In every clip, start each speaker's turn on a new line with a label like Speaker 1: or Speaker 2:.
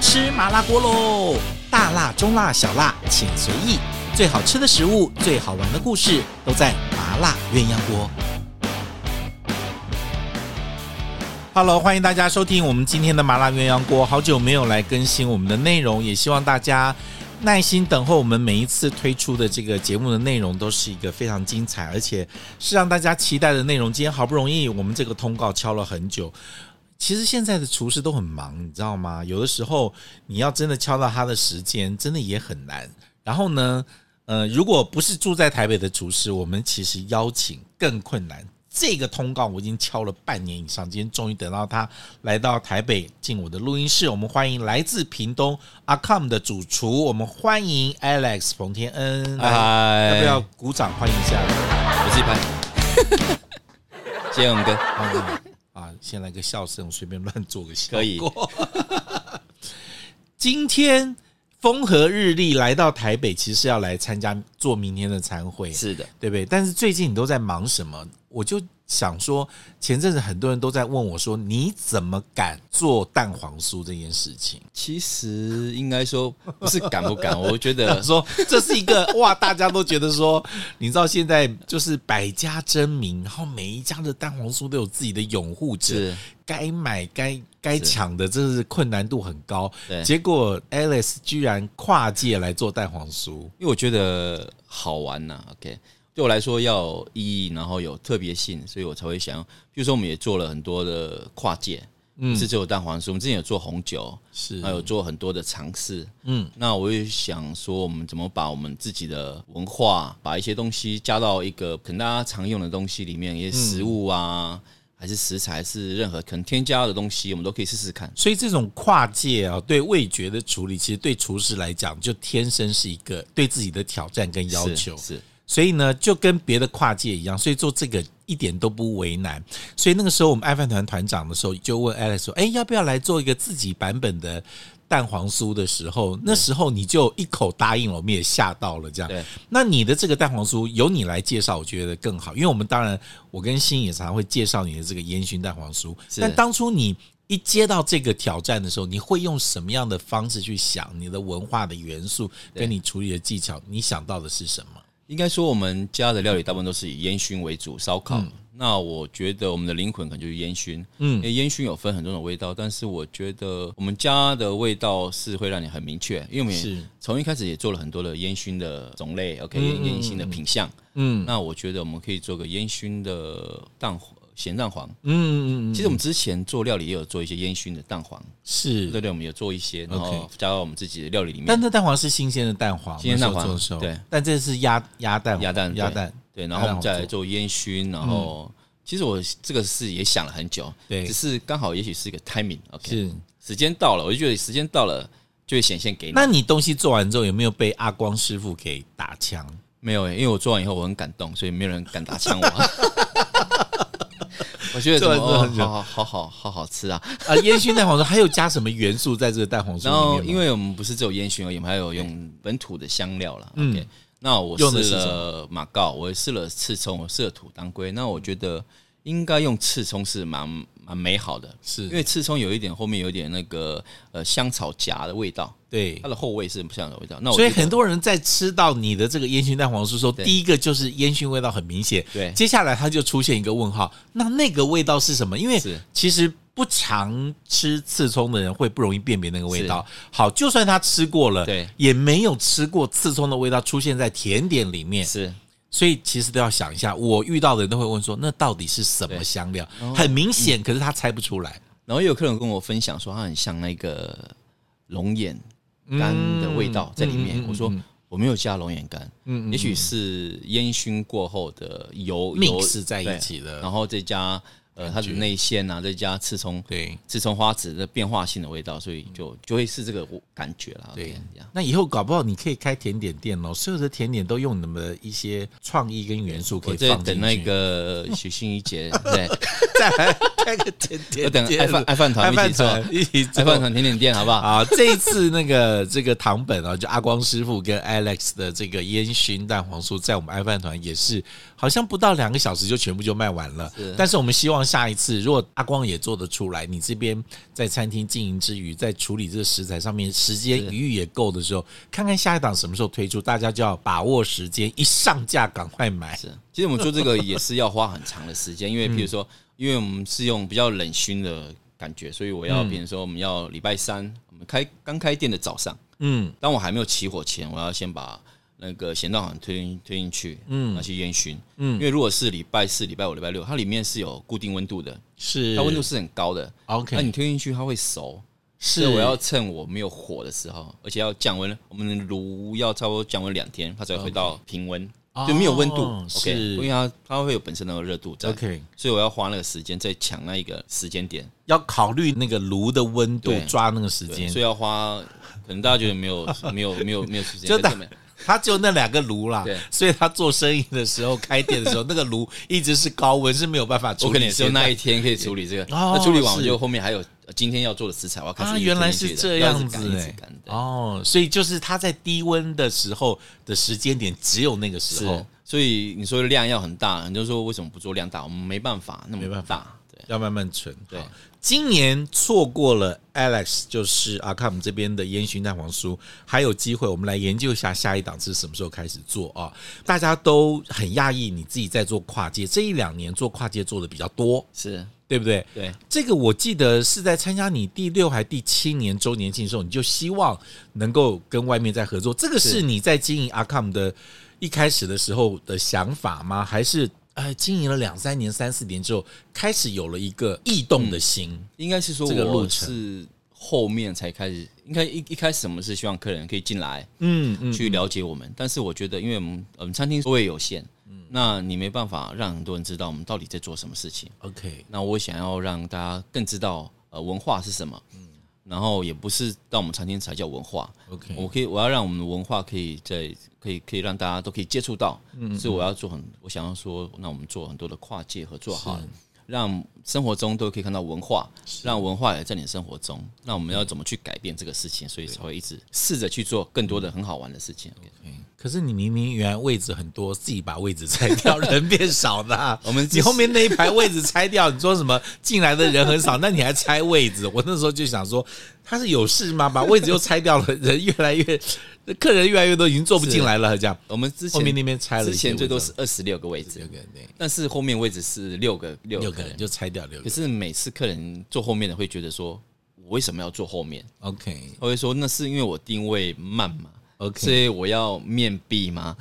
Speaker 1: 吃麻辣锅喽！大辣、中辣、小辣，请随意。最好吃的食物，最好玩的故事，都在麻辣鸳鸯锅。Hello，欢迎大家收听我们今天的麻辣鸳鸯锅。好久没有来更新我们的内容，也希望大家耐心等候我们每一次推出的这个节目的内容都是一个非常精彩，而且是让大家期待的内容。今天好不容易我们这个通告敲了很久。其实现在的厨师都很忙，你知道吗？有的时候你要真的敲到他的时间，真的也很难。然后呢，呃，如果不是住在台北的厨师，我们其实邀请更困难。这个通告我已经敲了半年以上，今天终于等到他来到台北进我的录音室。我们欢迎来自屏东阿 com 的主厨，我们欢迎 Alex 冯天恩。
Speaker 2: 嗨
Speaker 1: 来要不要鼓掌欢迎一下？
Speaker 2: 我自己拍。谢谢我们哥，
Speaker 1: 啊啊，先来个笑声，我随便乱做个效果
Speaker 2: 可以。
Speaker 1: 今天风和日丽来到台北，其实是要来参加做明天的参会，
Speaker 2: 是的，
Speaker 1: 对不对？但是最近你都在忙什么？我就想说，前阵子很多人都在问我说，你怎么敢做蛋黄酥这件事情？
Speaker 2: 其实应该说不是敢不 敢，我觉得
Speaker 1: 说这是一个哇，大家都觉得说，你知道现在就是百家争鸣，然后每一家的蛋黄酥都有自己的拥护者
Speaker 2: 是，
Speaker 1: 该买该该抢的，真的是困难度很高。
Speaker 2: 对
Speaker 1: 结果 Alice 居然跨界来做蛋黄酥，
Speaker 2: 因为我觉得好玩呐、OK，对我来说要有意义，然后有特别性，所以我才会想要。比如说，我们也做了很多的跨界，嗯，是只有蛋黄酥，我们之前有做红酒，
Speaker 1: 是
Speaker 2: 还有做很多的尝试。
Speaker 1: 嗯，
Speaker 2: 那我也想说，我们怎么把我们自己的文化，把一些东西加到一个可能大家常用的东西里面，一些食物啊，还是食材，是任何可能添加的东西，我们都可以试试看。
Speaker 1: 所以这种跨界啊，对味觉的处理，其实对厨师来讲，就天生是一个对自己的挑战跟要
Speaker 2: 是
Speaker 1: 求。
Speaker 2: 是
Speaker 1: 所以呢，就跟别的跨界一样，所以做这个一点都不为难。所以那个时候我们爱饭团团长的时候，就问 Alex 说：“哎、要不要来做一个自己版本的蛋黄酥？”的时候，那时候你就一口答应了，我们也吓到了。这样
Speaker 2: 嗯对，
Speaker 1: 那你的这个蛋黄酥由你来介绍，我觉得更好，因为我们当然我跟新也常会介绍你的这个烟熏蛋黄酥。
Speaker 2: 是
Speaker 1: 但当初你一接到这个挑战的时候，你会用什么样的方式去想你的文化的元素跟你处理的技巧？你想到的是什么？
Speaker 2: 应该说，我们家的料理大部分都是以烟熏为主，烧烤。
Speaker 1: 嗯
Speaker 2: 那我觉得我们的灵魂可能就是烟熏，嗯，因为烟熏有分很多种味道，但是我觉得我们家的味道是会让你很明确，因为我们也
Speaker 1: 是
Speaker 2: 从一开始也做了很多的烟熏的种类，OK，
Speaker 1: 嗯
Speaker 2: 烟熏的品相。
Speaker 1: 嗯。
Speaker 2: 那我觉得我们可以做个烟熏的蛋黄咸蛋黄。
Speaker 1: 嗯，嗯嗯，
Speaker 2: 其实我们之前做料理也有做一些烟熏的蛋黄，对
Speaker 1: 是，
Speaker 2: 对对，我们有做一些，然后
Speaker 1: OK
Speaker 2: 加到我们自己的料理里面。
Speaker 1: 但那蛋黄是新鲜的蛋黄，
Speaker 2: 新鲜蛋
Speaker 1: 那
Speaker 2: 黄
Speaker 1: 时候做的时候
Speaker 2: 对，
Speaker 1: 但这是鸭鸭蛋黄，
Speaker 2: 鸭蛋
Speaker 1: 鸭
Speaker 2: 对
Speaker 1: 蛋，
Speaker 2: 对，然后我们再来做烟熏，然后、其实我这个事也想了很久，
Speaker 1: 嗯对
Speaker 2: 只是刚好也许是一个 timing，OK，、
Speaker 1: 是。
Speaker 2: 时间到了，我就觉得时间到了就会显现给你。
Speaker 1: 那你东西做完之后，有没有被阿光师傅给打枪？
Speaker 2: 没有、欸，因为我做完以后我很感动，所以没有人敢打枪我。 我觉得怎么、
Speaker 1: 做完
Speaker 2: 哦
Speaker 1: 之后、就
Speaker 2: 好好好好好好吃啊！
Speaker 1: 啊，烟熏蛋黄酥还有加什么元素在这个蛋黄酥里
Speaker 2: 然
Speaker 1: 面吗？
Speaker 2: 后，因为我们不是只有烟熏而已，我们还有用本土的香料了。
Speaker 1: 嗯
Speaker 2: OK，那我
Speaker 1: 用的是
Speaker 2: 试了马告，我也试了刺葱，我试了土当归。那我觉得应该用刺葱是蛮蛮美好的，因
Speaker 1: 是
Speaker 2: 为刺葱有一点后面有一点那个呃香草荚的味道，
Speaker 1: 对
Speaker 2: 它，的后味是不哦像的味道。那我
Speaker 1: 所以
Speaker 2: 觉得
Speaker 1: 很多人在吃到你的这个烟熏蛋黄酥的时候，
Speaker 2: 对
Speaker 1: 第一个就是烟熏味道很明显，
Speaker 2: 对
Speaker 1: 接下来它就出现一个问号，那那个味道是什么？因为
Speaker 2: 是
Speaker 1: 其实不常吃刺葱的人会不容易辨别那个味道。好，就算他吃过了，
Speaker 2: 对
Speaker 1: 也没有吃过刺葱的味道出现在甜点里面，
Speaker 2: 是
Speaker 1: 所以其实都要想一下。我遇到的人都会问说，那到底是什么
Speaker 2: 对嗯
Speaker 1: 香料？很明显，可是他猜不出来。
Speaker 2: 然后也有客人跟我分享说，它很像那个龙眼干的味道在里面。
Speaker 1: 嗯嗯嗯嗯嗯
Speaker 2: 我说我没有加龙眼干，也许是烟熏过后的油油
Speaker 1: mix 在一起
Speaker 2: 对
Speaker 1: 的，
Speaker 2: 然后再加呃它的内馅啊，再加刺葱
Speaker 1: 对。嗯
Speaker 2: 刺葱花籽的变化性的味道，所以就就会是这个感觉啦。
Speaker 1: 对
Speaker 2: OK，这样，
Speaker 1: 那以后搞不好你可以开甜点店哦，所有的甜点都用你们的一些创意跟元素可
Speaker 2: 我
Speaker 1: 以
Speaker 2: 在
Speaker 1: 放进
Speaker 2: 等
Speaker 1: 去。
Speaker 2: 那个 许欣怡姐对。
Speaker 1: 再来开个甜点
Speaker 2: 我
Speaker 1: 店，
Speaker 2: 等爱饭爱饭团
Speaker 1: 爱
Speaker 2: 一
Speaker 1: 饭
Speaker 2: 起做，
Speaker 1: 团一起做
Speaker 2: 爱饭团 甜点店好不好？
Speaker 1: 啊，这一次那个这个糖本啊，就阿光师傅跟 Alex 的这个烟熏蛋黄酥，在我们爱饭团也是好像不到两个小时就全部就卖完了
Speaker 2: 是。
Speaker 1: 但是我们希望下一次如果阿光也做得出来，你这边在餐厅经营之余，在处理这个食材上面，时间余裕也够的时候，看看下一档什么时候推出，大家就要把握时间，一上架赶快买。
Speaker 2: 是，其实我们做这个也是要花很长的时间，因为比如说，
Speaker 1: 嗯
Speaker 2: 因为我们是用比较冷熏的感觉，所以我
Speaker 1: 嗯
Speaker 2: 要，比如说我们要礼拜三，我们开刚开店的早上，
Speaker 1: 嗯，
Speaker 2: 当我还没有起火前，我要先把那个咸蛋黄推进推进去，嗯，拿去烟熏，嗯，因为如果是礼拜四、礼拜五、礼拜六，它里面是有固定温度的，
Speaker 1: 是
Speaker 2: 它温度是很高的，那你
Speaker 1: OK，
Speaker 2: 推进去它会熟，
Speaker 1: 是
Speaker 2: 所以我要趁我没有火的时候，而且要降温，我们的炉要差不多降温两天，它才会回到平温
Speaker 1: 哦，
Speaker 2: 就没有温度
Speaker 1: 是
Speaker 2: ，OK，因为它它会有本身的热度在
Speaker 1: OK，
Speaker 2: 所以我要花那个时间在抢那一个时间点，
Speaker 1: 要考虑那个炉的温度
Speaker 2: 对，
Speaker 1: 抓那个时
Speaker 2: 对，
Speaker 1: 间
Speaker 2: 所。以要花，可能大家觉得没有没有没有没有时 间，
Speaker 1: 真的
Speaker 2: 可是没有
Speaker 1: 他就那两个炉啦
Speaker 2: 对，
Speaker 1: 所以他做生意的时候、开店的时候，那个炉一直是高温，是没有办法
Speaker 2: 我
Speaker 1: 处
Speaker 2: 可
Speaker 1: 理
Speaker 2: 能
Speaker 1: 的。
Speaker 2: 也只有那一天可以处理这个，
Speaker 1: 哦
Speaker 2: 那处理完我
Speaker 1: 是
Speaker 2: 就后面还有呃今天要做的食材，我要开始
Speaker 1: 啊，
Speaker 2: 一直
Speaker 1: 原来
Speaker 2: 进
Speaker 1: 是
Speaker 2: 去的
Speaker 1: 这
Speaker 2: 要一直
Speaker 1: 样
Speaker 2: 赶
Speaker 1: 子
Speaker 2: 一直
Speaker 1: 哎
Speaker 2: 赶对
Speaker 1: 哦，所以就是他在低温的时候的时间点，只有那个时
Speaker 2: 是
Speaker 1: 候，，
Speaker 2: 所以你说量要很大，很多人说为什么不做量大？我们没办法那么
Speaker 1: 没办
Speaker 2: 大，对。
Speaker 1: 要慢慢存。
Speaker 2: 对
Speaker 1: 好，今年错过了 Alex，就是阿康这边的烟熏蛋黄酥，还有机会，我们来研究一下下一档是什么时候开始做啊、大家都很讶异，你自己在做跨界，这一两年做跨界做的比较多，
Speaker 2: 是
Speaker 1: 对不对？
Speaker 2: 对，
Speaker 1: 这个我记得是在参加你第六还第七年周年庆的时候，你就希望能够跟外面再合作。这个是
Speaker 2: 是
Speaker 1: 你在经营阿康的一开始的时候的想法吗？还是呃，经营了两三年、三四年之后，开始有了一个异动的心？
Speaker 2: 应该是说
Speaker 1: 这个路
Speaker 2: 我
Speaker 1: 程
Speaker 2: 是后面才开始，应该一一开始我们是希望客人可以进来
Speaker 1: 嗯嗯
Speaker 2: 去了解我们，但是我觉得因为我们我们餐厅座位有限，
Speaker 1: 嗯
Speaker 2: 那你没办法让很多人知道我们到底在做什么事情。
Speaker 1: ，OK，
Speaker 2: 那我想要让大家更知道呃文化是什么，
Speaker 1: 嗯
Speaker 2: 然后也不是到我们餐厅才叫文化，
Speaker 1: OK
Speaker 2: 我可以我要让我们的文化可以在可以可以让大家都可以接触到，
Speaker 1: 嗯
Speaker 2: 所以我要做很我想要说，那我们做很多的跨界合作好了。让生活中都可以看到文化，让文化也在你的生活中。那我们要怎么去改变这个事情？所以才会一直试着去做更多的很好玩的事情。
Speaker 1: 嗯可是你明明原来位置很多，自己把位置拆掉，人变少的啊、
Speaker 2: 我们只
Speaker 1: 你
Speaker 2: 是
Speaker 1: 后面那一排位置拆掉，你说什么进来的人很少，那你还拆位置？我那时候就想说，他是有事吗？把位置又拆掉了，人越来越，客人越来越多，已经坐不进来了，这样。
Speaker 2: 我们之前
Speaker 1: 后面那边拆了一些位
Speaker 2: 之
Speaker 1: 置，
Speaker 2: 前最多是二十六个位
Speaker 1: 六
Speaker 2: 置，
Speaker 1: 个人，对
Speaker 2: 但是后面位置是六个六
Speaker 1: 六
Speaker 2: 个
Speaker 1: 个
Speaker 2: 人
Speaker 1: 人。就拆掉六
Speaker 2: 可
Speaker 1: 个。
Speaker 2: 是每次客人坐后面的会觉得说，我为什么要坐后面？
Speaker 1: OK
Speaker 2: 他会说那是因为我定位慢嘛，所
Speaker 1: OK，
Speaker 2: 以我要面 壁吗？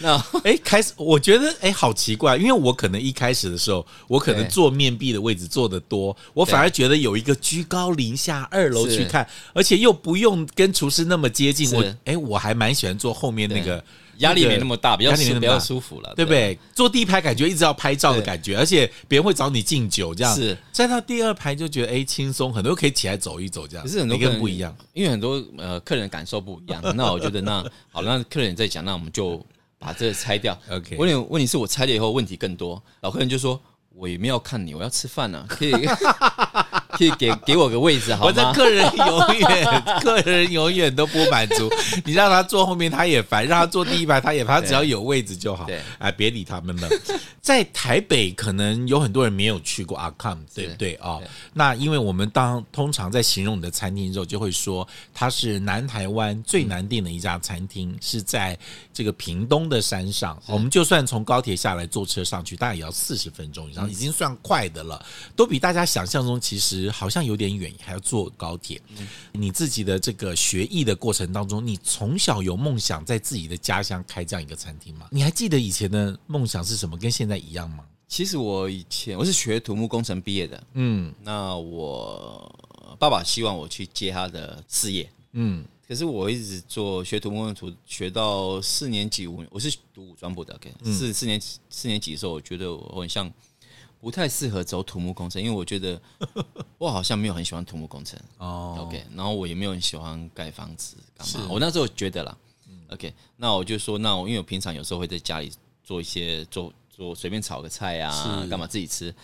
Speaker 2: 那
Speaker 1: 哎，开始我觉得哎，好奇怪，因为我可能一开始的时候，我可能
Speaker 2: 对
Speaker 1: 坐面壁的位置坐得多，我反而觉得有一个居高临下，二楼
Speaker 2: 是
Speaker 1: 去看，而且又不用跟厨师那么接近，
Speaker 2: 是
Speaker 1: 我哎，我还蛮喜欢坐后面那个。
Speaker 2: 压力没那
Speaker 1: 么。
Speaker 2: 么大，比
Speaker 1: 压
Speaker 2: 较
Speaker 1: 力没那么
Speaker 2: 舒比
Speaker 1: 大
Speaker 2: 较舒服了，啊
Speaker 1: 对不？对？坐第一排感觉一直要拍照的感觉，而且别人会找你敬酒，这样
Speaker 2: 是
Speaker 1: 站到第二排就觉得哎轻松很多，可以起来走一走这样。
Speaker 2: 可是很多
Speaker 1: 每个
Speaker 2: 客
Speaker 1: 人
Speaker 2: 人
Speaker 1: 不一样，，
Speaker 2: 因为很多呃客人感受不一样。那我觉得那好，那客人在讲，那我们就把这个拆掉。
Speaker 1: OK
Speaker 2: 问题问题是我拆了以后问题更多，老客人就说我也没有看你，我要吃饭呢、啊，可以 可以给给我个位置好吗？
Speaker 1: 我这客人永远，客人永远都不满 足。你让他坐后面，他也烦；让他坐第一排，他也烦。他只要有位置就好
Speaker 2: 对。
Speaker 1: 哎，别理他们了。在台北，可能有很多人没有去过阿康，对不对啊、哦
Speaker 2: 对
Speaker 1: 那因为我们当通常在形容你的餐厅的时候，就会说它是南台湾最难订的一家餐厅，是在这个屏东的山上。我们就算从高铁下来，坐车上去，大概也要四十分钟以上，已经算快的了，都比大家想象中其实好像有点远，还要坐高铁。你自己的这个学艺的过程当中，你从小有梦想在自己的家乡开这样一个餐厅吗？你还记得以前的梦想是什么，跟现在一样吗？
Speaker 2: 其实我以前我是学土木工程毕业的，
Speaker 1: 嗯
Speaker 2: 那我呃爸爸希望我去接他的事业，
Speaker 1: 嗯，
Speaker 2: 可是我一直做学土木工程，学到四年级五，我是读五专部的，OK，四
Speaker 1: 嗯
Speaker 2: 四年级四年级的时候，我觉得我很像不太适合走土木工程，因为我觉 得我好像没有很喜欢土木工程，
Speaker 1: 哦
Speaker 2: OK，然后我也没有很喜欢盖房子干
Speaker 1: 是嗯
Speaker 2: 嘛，我那时候觉得啦，OK，那我就说，那我因为我平常有时候会在家里做一些做做随便炒个菜啊，
Speaker 1: 是
Speaker 2: 干嘛自己吃，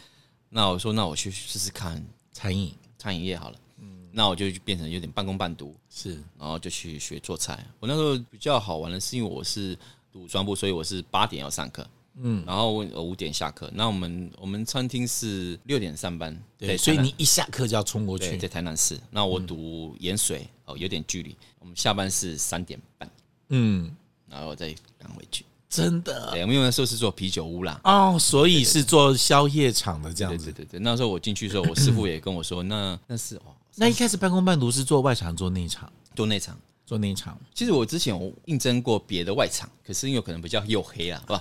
Speaker 2: 那我说那我去试试看
Speaker 1: 餐饮
Speaker 2: 餐饮业好了，
Speaker 1: 嗯
Speaker 2: 那我就变成有点半工半读，
Speaker 1: 是
Speaker 2: 然后就去学做菜。我那时候比较好玩的是，因为我是读专部，所以我是八点要上课，嗯，然后我五点下课。那我们我们餐厅是六点上班，
Speaker 1: 对，所以你一下课就要冲过
Speaker 2: 对，
Speaker 1: 去嗯
Speaker 2: 在。台南市。那我读盐水哦，有点距离。我们下班是三点半，
Speaker 1: 嗯，
Speaker 2: 然后再赶回去。
Speaker 1: 真的
Speaker 2: 对，我们那时候是做啤酒屋啦。
Speaker 1: 哦，所以是做宵夜场的这样
Speaker 2: 对
Speaker 1: 子
Speaker 2: 对。对对，那时候我进去的时候，我师傅也跟我说，那那是哦，
Speaker 1: 那一开始半工半读是做外场，做内场，
Speaker 2: 做内场。
Speaker 1: 做内场。
Speaker 2: 其实我之前我应征过别的外场，可是因为可能比较黝黑啦，好不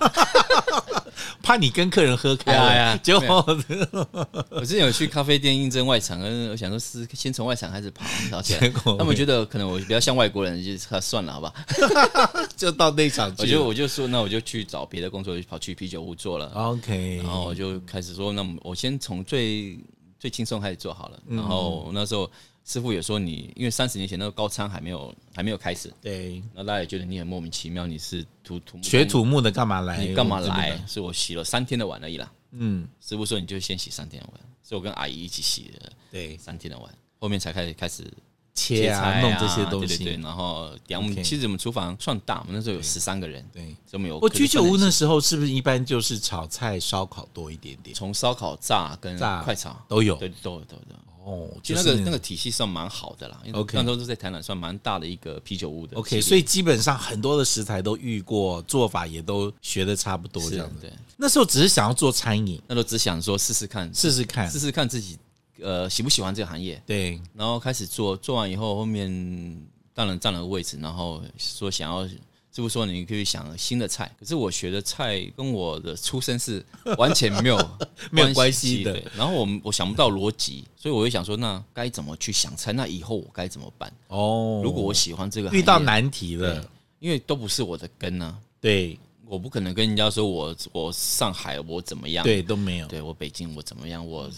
Speaker 2: 好
Speaker 1: 怕你跟客人喝开
Speaker 2: 哎呀
Speaker 1: 了，结果
Speaker 2: 我之前有去咖啡店应征外场，嗯，我想说是先从外场开始 跑，然后起
Speaker 1: 结
Speaker 2: 来
Speaker 1: 果
Speaker 2: 他们觉得可能我比较像外国人，就是啊算了，好吧。
Speaker 1: 就到内场
Speaker 2: 我
Speaker 1: 去
Speaker 2: 就
Speaker 1: 了。
Speaker 2: 我就说，那我就去找别的工作，就跑去啤酒屋做了。
Speaker 1: OK，
Speaker 2: 然后我就开始说，那么我先从最最轻松开始做好了。
Speaker 1: 嗯
Speaker 2: 然后那时候师傅也说你，因为三十年前那个高仓还没有还没有开始，
Speaker 1: 对，
Speaker 2: 那大家也觉得你很莫名其妙，你是土土木工
Speaker 1: 学土木的干嘛来？
Speaker 2: 你干嘛
Speaker 1: 我这边
Speaker 2: 来
Speaker 1: 的？？
Speaker 2: 是我洗了三天的碗而已啦。
Speaker 1: 嗯，
Speaker 2: 师傅说你就先洗三天的碗，所以我跟阿姨一起洗了
Speaker 1: 对，
Speaker 2: 三天的碗，后面才开始开始
Speaker 1: 切啊，
Speaker 2: 菜
Speaker 1: 弄这些东
Speaker 2: 对对
Speaker 1: 西
Speaker 2: 对。。然后点我们
Speaker 1: OK
Speaker 2: 其实我们厨房算大，我们那时候有十三个人，
Speaker 1: 对，
Speaker 2: 所以我们有
Speaker 1: 我居酒屋那时候是不是一般就是炒菜、烧烤多一点点？
Speaker 2: 从烧烤、炸跟
Speaker 1: 炸
Speaker 2: 快炒
Speaker 1: 都有
Speaker 2: 对，都有都有都有。
Speaker 1: 哦，
Speaker 2: 其
Speaker 1: 就
Speaker 2: 实
Speaker 1: 是
Speaker 2: 那个那个体系算蛮好的啦，因为
Speaker 1: OK
Speaker 2: 那时候是在台南算蛮大的一个啤酒屋的
Speaker 1: OK，
Speaker 2: 系
Speaker 1: 所以基本上很多的食材都遇过，做法也都学的差不多
Speaker 2: 列
Speaker 1: 这
Speaker 2: 是
Speaker 1: 样子。
Speaker 2: 对，
Speaker 1: 那时候只是想要做餐饮，
Speaker 2: 那时候只想说试试看，
Speaker 1: 试试看
Speaker 2: 试。试看自己呃喜不喜欢这个行业，
Speaker 1: 对，
Speaker 2: 然后开始做，做完以后后面当然占了位置，然后说想要。师傅说：“你可以想新的菜，可是我学的菜跟我的出身是完全 没有
Speaker 1: 没有关系的
Speaker 2: 对然后我们我想不到逻辑，所以我就想说，那该怎么去想菜？那以后我该怎么办？
Speaker 1: 哦，
Speaker 2: 如果我喜欢这个行业，
Speaker 1: 遇到难题了
Speaker 2: 对，因为都不是我的根啊，
Speaker 1: 对
Speaker 2: 我不可能跟人家说我我上海我怎么样，
Speaker 1: 对都没有。
Speaker 2: 对我北京我怎么样，我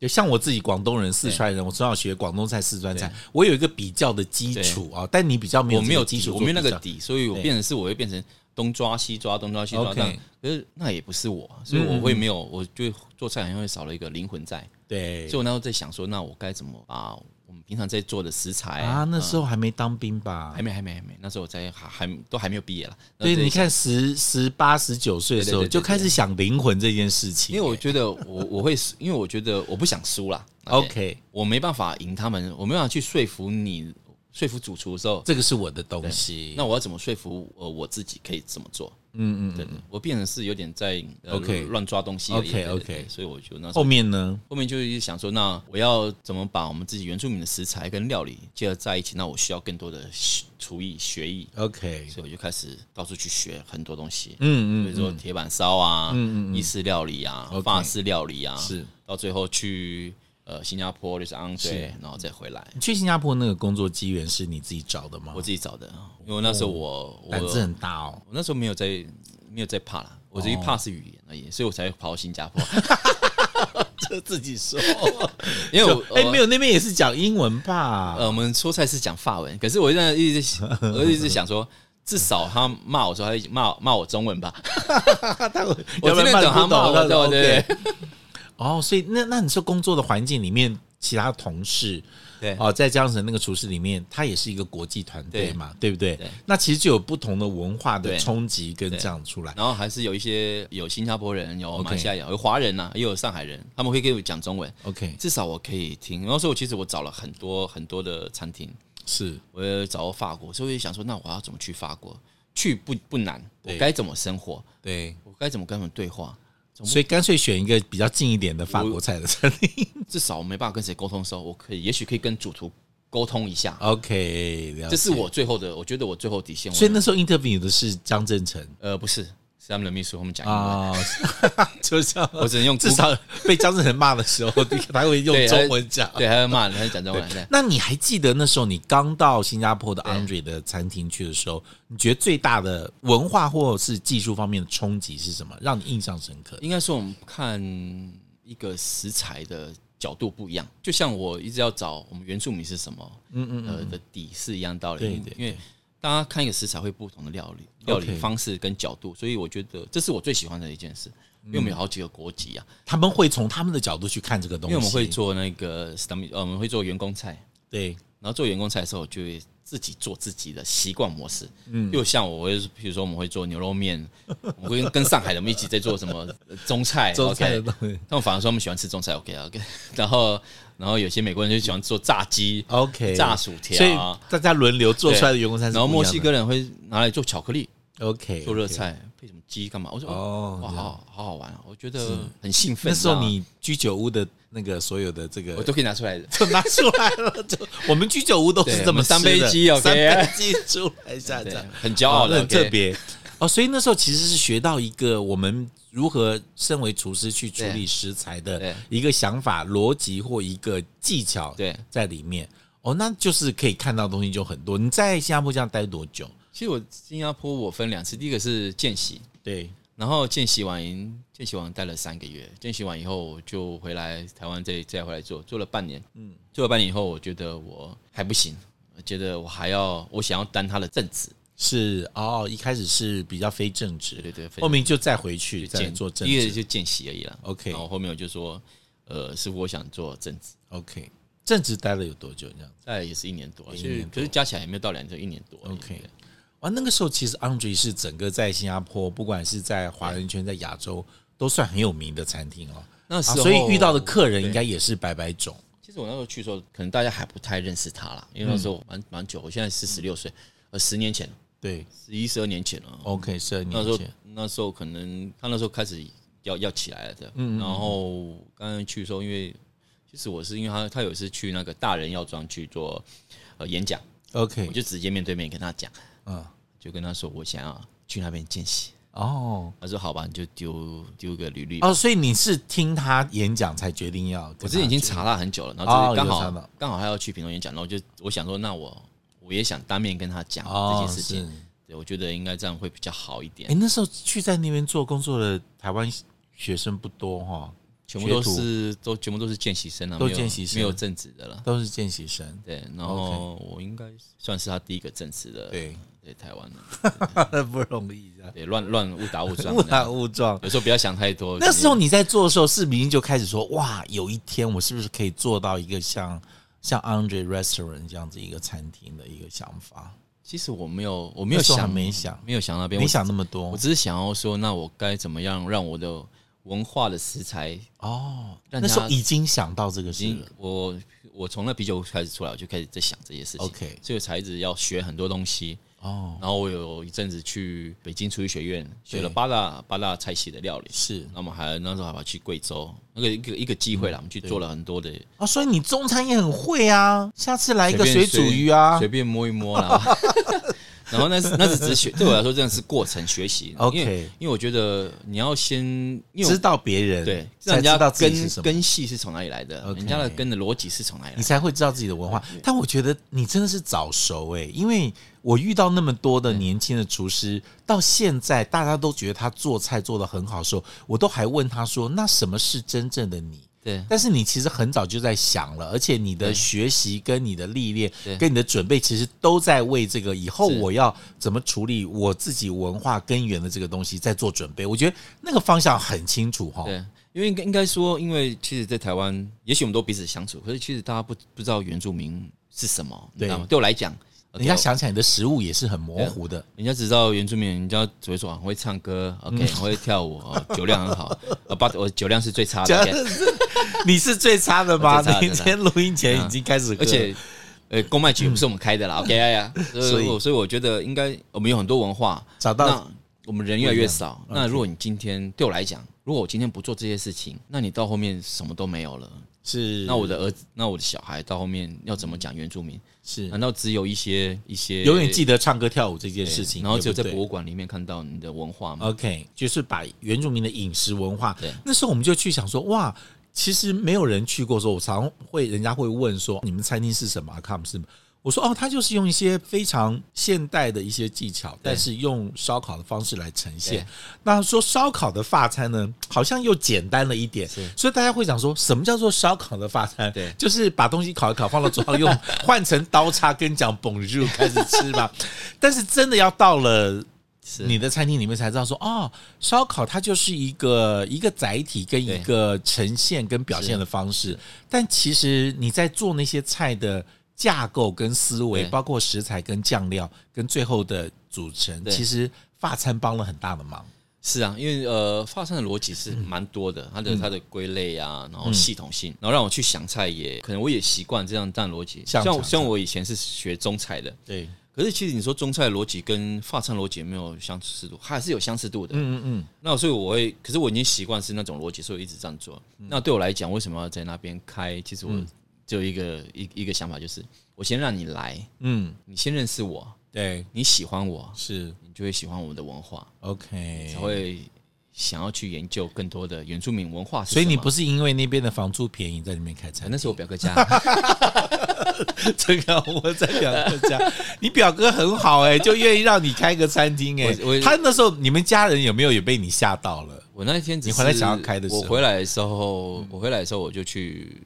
Speaker 1: 就像我自己广东人、四川人，我从小学广东菜、四川菜，我有一个比较的基础啊，但你比较没有
Speaker 2: 我
Speaker 1: 这
Speaker 2: 没
Speaker 1: 个
Speaker 2: 有
Speaker 1: 基
Speaker 2: 底，
Speaker 1: 础，
Speaker 2: 我没有那
Speaker 1: 做
Speaker 2: 个
Speaker 1: 比较。
Speaker 2: 底，所以我
Speaker 1: 对
Speaker 2: 变成是我会变成东抓西抓，东抓西抓，
Speaker 1: OK
Speaker 2: 但可是那也不是我，所以我会没有，我就做菜好像会少了一个灵魂在，
Speaker 1: 对
Speaker 2: 所以我那时候在想说，那我该怎么把我们平常在做的食材
Speaker 1: 啊，那时候还没当兵吧
Speaker 2: 哎嗯还？没还没还没，那时候我在还还都还没有毕业了，
Speaker 1: 对，
Speaker 2: 那时候
Speaker 1: 你
Speaker 2: 在想，
Speaker 1: 看十十八、十九岁的时
Speaker 2: 对
Speaker 1: 候
Speaker 2: 对对对
Speaker 1: 就开始想灵魂这件事情，
Speaker 2: 因为我觉得 我我会，因为我觉得我不想输啦
Speaker 1: OK，
Speaker 2: 我没办法赢他们，我没办法去说服你，说服主厨的时候，
Speaker 1: 这个是我的东西。
Speaker 2: 那我要怎么说服呃我自己可以这么做？
Speaker 1: 嗯嗯，
Speaker 2: 对对，我变成是有点在呃
Speaker 1: OK
Speaker 2: 乱抓东西而已
Speaker 1: OK，
Speaker 2: 对对
Speaker 1: OK 哦
Speaker 2: 对所以我就那时
Speaker 1: 后
Speaker 2: 候
Speaker 1: 面呢？
Speaker 2: 后面就是想说，那我要怎么把我们自己原住民的食材跟料理结合在一起？那我需要更多的学厨艺学艺，
Speaker 1: OK，
Speaker 2: 所以我就开始到处去学很多东西，比
Speaker 1: 嗯
Speaker 2: 如
Speaker 1: 嗯，
Speaker 2: 说铁板烧啊，意式料理啊
Speaker 1: OK，
Speaker 2: 法式料理啊，
Speaker 1: 是
Speaker 2: 到最后去呃新加坡就是安对，然后再回来。
Speaker 1: 你去新加坡那个工作机缘是你自己找的吗
Speaker 2: 我？自己找的，因为那时候我我
Speaker 1: 胆子很大哦。
Speaker 2: 我那时候没有在没有在怕啦，我只是怕是语言而已，所以我才跑到新加坡，
Speaker 1: 就自己说，
Speaker 2: 因为我
Speaker 1: 哎，没
Speaker 2: 有。
Speaker 1: 有，那边也是讲英文吧
Speaker 2: 呃，？我们说菜是讲法文，可是我现在一直我一直想说，至少他骂我说他骂骂我中文吧，
Speaker 1: 他他会，
Speaker 2: 我
Speaker 1: 要不
Speaker 2: 听
Speaker 1: 然骂
Speaker 2: 得懂
Speaker 1: 你
Speaker 2: 他
Speaker 1: 不
Speaker 2: 骂
Speaker 1: 懂
Speaker 2: 我，对不对？？
Speaker 1: 哦，所以那那你说工作的环境里面，其他同事
Speaker 2: 对
Speaker 1: 哦，在江城那个厨师里面，他也是一个国际团队
Speaker 2: 对
Speaker 1: 嘛，对不对
Speaker 2: 对？
Speaker 1: 那其实就有不同的文化的
Speaker 2: 对
Speaker 1: 冲击跟这样出来。
Speaker 2: 然后还是有一些有新加坡人，有
Speaker 1: OK
Speaker 2: 马来西亚人，有华人呐、也有上海人，他们会跟我讲中文，
Speaker 1: OK，
Speaker 2: 至少我可以听。然后所以我其实我找了很多很多的餐厅，
Speaker 1: 是
Speaker 2: 我也找过法国，所以我也想说，那我要怎么去法国？去不不难，我
Speaker 1: 对
Speaker 2: 该怎么生活？
Speaker 1: 对，
Speaker 2: 我该怎么跟他们 对话？
Speaker 1: 所以干脆选一个比较近一点的法国菜的餐厅。
Speaker 2: 至少我没办法跟谁沟通的时候，我可以，也许可以跟主厨沟通一
Speaker 1: 啊
Speaker 2: 下。
Speaker 1: OK，了解
Speaker 2: 这是。我最后的，我觉得我最后底线。
Speaker 1: 所以
Speaker 2: 我
Speaker 1: 那时候 interview 的是张振成
Speaker 2: 呃不是，是他们的秘书，他们讲英文，
Speaker 1: 啊，就像
Speaker 2: 我只能 用
Speaker 1: 至少被张振成骂的时候，他会用
Speaker 2: 对
Speaker 1: 中文讲。
Speaker 2: 对，还要骂人，还要讲中文。对
Speaker 1: 那你还记得那时候你刚到新加坡的 Andre 的餐厅去的时候，你觉得最大的文化或是技术方面的冲击是什么，让你印象深刻？
Speaker 2: 应该说我们看一个食材的角度不一样，就像我一直要找我们原住民是什么，嗯嗯呃的底是一样道理。
Speaker 1: 对对
Speaker 2: 因为大家看一个食材会不同的料理，料理
Speaker 1: OK
Speaker 2: 方式跟角度，所以我觉得这是我最喜欢的一件事。因
Speaker 1: 嗯
Speaker 2: 为我们有好几个国籍啊，
Speaker 1: 他们会从他们的角度去看这个东西，
Speaker 2: 因为我们会做那个 stomach，呃，我们会做员工菜，
Speaker 1: 对
Speaker 2: 然后做员工菜的时候，我就会自己做自己的习惯模式。嗯，又像我会，比如说我们会做牛肉面，我们会跟上海的我们一起在做什么呃中 菜
Speaker 1: 中菜的
Speaker 2: ，OK，
Speaker 1: 东西
Speaker 2: 他们反而说他们喜欢吃中菜，OK 啊，OK，然后然后有些美国人就喜欢做炸鸡、
Speaker 1: ，OK，
Speaker 2: 炸薯条
Speaker 1: 所以
Speaker 2: 啊，
Speaker 1: 大家轮流做出来的员工餐是
Speaker 2: 然后
Speaker 1: 不一样
Speaker 2: 墨
Speaker 1: 的
Speaker 2: 西哥人会拿来做巧克力、
Speaker 1: OK
Speaker 2: 做热。菜，配什么鸡干嘛？我说
Speaker 1: 哦
Speaker 2: 哦，哇，
Speaker 1: 这样
Speaker 2: 好好好玩啊！我觉得很兴奋
Speaker 1: 那
Speaker 2: 啊。
Speaker 1: 时候你居酒屋的那个所有的这 个
Speaker 2: 我都可以拿出 来的。
Speaker 1: 就拿出来了，就我们居酒屋都是
Speaker 2: 对
Speaker 1: 这么
Speaker 2: 我们三
Speaker 1: 吃的
Speaker 2: 杯鸡，OK
Speaker 1: 三杯鸡出来一下这
Speaker 2: 对
Speaker 1: 样，，
Speaker 2: 很骄傲
Speaker 1: 哦那
Speaker 2: 的，
Speaker 1: 很
Speaker 2: OK
Speaker 1: 特。别哦。所以那时候其实是学到一个我们如何身为厨师去处理食材的
Speaker 2: 对
Speaker 1: 一个想法、逻辑或一个技巧
Speaker 2: 对
Speaker 1: 在里面。哦，那就是可以看到的东西就很多。你在新加坡这样待多久？
Speaker 2: 其实我新加坡我分两次，第一个是见习，
Speaker 1: 对，
Speaker 2: 然后见习完，见习完待了三个月，见习完以后我就回来台湾再再回来做，做了半年，嗯，做了半年以后，我觉得我还不行，我觉得我还要，我想要当他的正职，
Speaker 1: 是哦，一开始是比较非正
Speaker 2: 对
Speaker 1: 职，
Speaker 2: 对对，
Speaker 1: 后面就再回去
Speaker 2: 就
Speaker 1: 再来做正
Speaker 2: 第一个
Speaker 1: 职。
Speaker 2: 就哦见习而已了
Speaker 1: OK
Speaker 2: 然后后面我就说，呃，师傅，我想做正职，
Speaker 1: OK，正职待了有多久？这样
Speaker 2: 大概也是一年多，
Speaker 1: 一
Speaker 2: 所
Speaker 1: 年
Speaker 2: 以可是加起来也没有到两年，就一年多而已
Speaker 1: OK
Speaker 2: 对
Speaker 1: 哇，那个时候其实 Andre 是整个在新加坡，不管是在华人圈，在亚洲都算很有名的餐厅哦。
Speaker 2: 那时
Speaker 1: 啊，
Speaker 2: 候、
Speaker 1: 所以遇到的客人应该也是百百种。
Speaker 2: 其实我那时候去的时候，可能大家还不太认识他啦，因为那
Speaker 1: 嗯
Speaker 2: 时候我蛮蛮久，我现在是十六岁，呃，十年前，
Speaker 1: 对
Speaker 2: 十一十二年前了。啊
Speaker 1: ，OK，十二
Speaker 2: 那
Speaker 1: 年
Speaker 2: 时候
Speaker 1: 前，
Speaker 2: 那时候可能他那时候开始要要起来了的，
Speaker 1: 嗯
Speaker 2: 然后刚刚去的时候，因为其实我是因为他他有一次去那个大人药妆去做呃演讲，
Speaker 1: ，OK，
Speaker 2: 我就直接面对面跟他讲，
Speaker 1: 嗯，
Speaker 2: 就跟他说我想要去那边见习，
Speaker 1: 哦，
Speaker 2: 他说好吧，你就丢丢个履历吧。
Speaker 1: 哦，所以你是听他演讲才决定要跟他去？
Speaker 2: 我之前已经查了很久了，然后
Speaker 1: 哦
Speaker 2: 就是刚
Speaker 1: 有查
Speaker 2: 好
Speaker 1: 到
Speaker 2: 刚好他要去屏东演讲，然后就我想说，那我我也想当面跟他讲这
Speaker 1: 哦
Speaker 2: 件，事
Speaker 1: 是
Speaker 2: 情，。对我觉得应该这样会比较好一点
Speaker 1: 哎，。那时候去在那边做工作的台湾学生不多哈，
Speaker 2: 全部都
Speaker 1: 学徒
Speaker 2: 是都全部都是见习生啊，
Speaker 1: 都
Speaker 2: 没有
Speaker 1: 见习生
Speaker 2: 没有正职的了。
Speaker 1: 都是见习生。
Speaker 2: 对，然后我应该算是他第一个正职的，
Speaker 1: 对，
Speaker 2: 对台湾 的，
Speaker 1: 不容易，这样
Speaker 2: 对乱乱误打误 撞
Speaker 1: 误
Speaker 2: 的。
Speaker 1: 打误撞。
Speaker 2: 有时候不要想太多。
Speaker 1: 那时候你在做的时候，是不是已经就开始说，哇，有一天我是不是可以做到一个像像 Andre Restaurant 这样子一个餐厅的一个想法？
Speaker 2: 其实我没有，我没有
Speaker 1: 那时候还
Speaker 2: 想，
Speaker 1: 没想
Speaker 2: 没有想那边，
Speaker 1: 没
Speaker 2: 我
Speaker 1: 想那么多
Speaker 2: 我只是想要说，那我该怎么样让我的文化的食材
Speaker 1: 哦。
Speaker 2: 让
Speaker 1: 那时候
Speaker 2: 他
Speaker 1: 已经想到这个事
Speaker 2: 已经
Speaker 1: 了，
Speaker 2: 我我从那啤酒开始出来，我就开始在想这些事情。
Speaker 1: OK
Speaker 2: 所以我才一直要学很多东西。
Speaker 1: 哦，
Speaker 2: 然后我有一阵子去北京厨艺学院学了
Speaker 1: 对
Speaker 2: 八大八大菜系的料理，
Speaker 1: 是
Speaker 2: 那我们还那时候还跑去贵州，那个一个一个机会
Speaker 1: 嗯
Speaker 2: 啦，我们去做了很多的
Speaker 1: 哦，所以你中餐也很会啊。下次来一个
Speaker 2: 随
Speaker 1: 水
Speaker 2: 便
Speaker 1: 煮鱼啊
Speaker 2: 随便摸一 摸啦。 然后那是那是只是学，对我来说真的是过程学习。
Speaker 1: OK
Speaker 2: 因为因为我觉得你要先因为
Speaker 1: 知
Speaker 2: 我
Speaker 1: 道别人
Speaker 2: 对，让
Speaker 1: 才
Speaker 2: 人
Speaker 1: 知道
Speaker 2: 家
Speaker 1: 自己是什
Speaker 2: 根
Speaker 1: 么，
Speaker 2: 根系是从哪里来的，
Speaker 1: OK
Speaker 2: 人家的根的逻辑是从哪里来
Speaker 1: 你
Speaker 2: 的。
Speaker 1: 才会知道自己的文化。但我觉得你真的是早熟诶，因为我遇到那么多的年轻的厨师，到现在大家都觉得他做菜做得很好的时候，我都还问他说：“那什么是真正的你？”
Speaker 2: 对，
Speaker 1: 但是你其实很早就在想了，而且你的学习跟你的历练
Speaker 2: 对
Speaker 1: 跟你的准备，其实都在为这个以后
Speaker 2: 是
Speaker 1: 我要怎么处理我自己文化根源的这个东西在做准备。我觉得那个方向很清楚哈。
Speaker 2: 对，因为应该应该说，因为其实，在台湾，也许我们都彼此相处，可是其实大家不不知道原住民是什么，你
Speaker 1: 对
Speaker 2: 知道吗？对我来讲，
Speaker 1: 人家
Speaker 2: OK，
Speaker 1: 想起来你的食物也是很模糊的，
Speaker 2: 人家只知道原住民，人家只会说啊很会唱歌，OK，很会跳舞，哦，酒量 很好，啊，八我酒量是最差的
Speaker 1: 讲
Speaker 2: ，OK，
Speaker 1: 你是最差的吗
Speaker 2: 我最差？的
Speaker 1: 你今天录音前已经开始喝了，
Speaker 2: 而且。呃，公卖局不是我们开的啦，OK 呀，嗯所以我所以我觉得应该我们有很多文化，
Speaker 1: 找到
Speaker 2: 那我们人越来越少。
Speaker 1: 不一样
Speaker 2: 那如果你今天对我来讲，如果我今天不做这些事情，那你到后面什么都没有了。
Speaker 1: 是
Speaker 2: 那我的儿子，那我的小孩到后面要怎么讲原住民？
Speaker 1: 是
Speaker 2: 难道只有一些一些
Speaker 1: 永远记得唱歌跳舞这件事情，
Speaker 2: 然后只有在
Speaker 1: 对啊不
Speaker 2: 博
Speaker 1: 对
Speaker 2: 物馆里面看到你的文化吗？
Speaker 1: OK，就是把原住民的饮食文化
Speaker 2: 对。
Speaker 1: 那时候我们就去想说，哇，其实没有人去过的时候，我常会人家会问说，你们餐厅是什么？com 是吗？我说哦，他就是用一些非常现代的一些技巧，但是用烧烤的方式来呈现
Speaker 2: 对。
Speaker 1: 那说烧烤的法餐呢，好像又简单了一点，所以大家会想说什么叫做烧烤的法餐？
Speaker 2: 对
Speaker 1: 就是把东西烤一烤，放到桌上用换成刀叉跟讲 Bonjour 开始吃吧。但是真的要到了。
Speaker 2: 是
Speaker 1: 你的餐厅里面才知道说，哦，烧烤它就是一个一个载体跟一
Speaker 2: 对
Speaker 1: 个呈现跟表现的方式，但其实你在做那些菜的架构跟思维，
Speaker 2: 对
Speaker 1: 包括食材跟酱料跟最后的组成，
Speaker 2: 对
Speaker 1: 其实法餐帮了很大的忙。
Speaker 2: 是啊，因为呃，发生的逻辑是蛮多
Speaker 1: 嗯
Speaker 2: 的，它的它的归类啊，然后系统性，然后让我去想菜也，可能我也习惯这样这样逻辑。
Speaker 1: 像
Speaker 2: 像
Speaker 1: 常
Speaker 2: 像我以前是学中菜的，
Speaker 1: 对，
Speaker 2: 可是其实你说中菜逻辑跟法餐逻辑有没有相似度，它还是有相似度的。
Speaker 1: 嗯嗯嗯，
Speaker 2: 那所以我会，可是我已经习惯是那种逻辑，所以我一直这样做。
Speaker 1: 嗯
Speaker 2: 那对我来讲，为什么要在那边开？其实我只有一个一、一个想法，就是我先让你来，
Speaker 1: 嗯，
Speaker 2: 你先认识我，
Speaker 1: 对，
Speaker 2: 你喜欢我，
Speaker 1: 是
Speaker 2: 你就会喜欢我们的文化，
Speaker 1: OK
Speaker 2: 才。会想要去研究更多的原住民文化是什
Speaker 1: 所
Speaker 2: 么。
Speaker 1: 以你不是因为那边的房租便宜在那边开餐
Speaker 2: 那是我表 哥家，
Speaker 1: 这个我在表哥家， 你表哥很好哎、就愿意让你开个餐厅哎、
Speaker 2: 我我
Speaker 1: 他那时候你们家人有没有也被你吓到了？
Speaker 2: 我那一天只
Speaker 1: 你
Speaker 2: 是
Speaker 1: 回来想要开的时候
Speaker 2: 我回来的时候，我回来的时候我就去，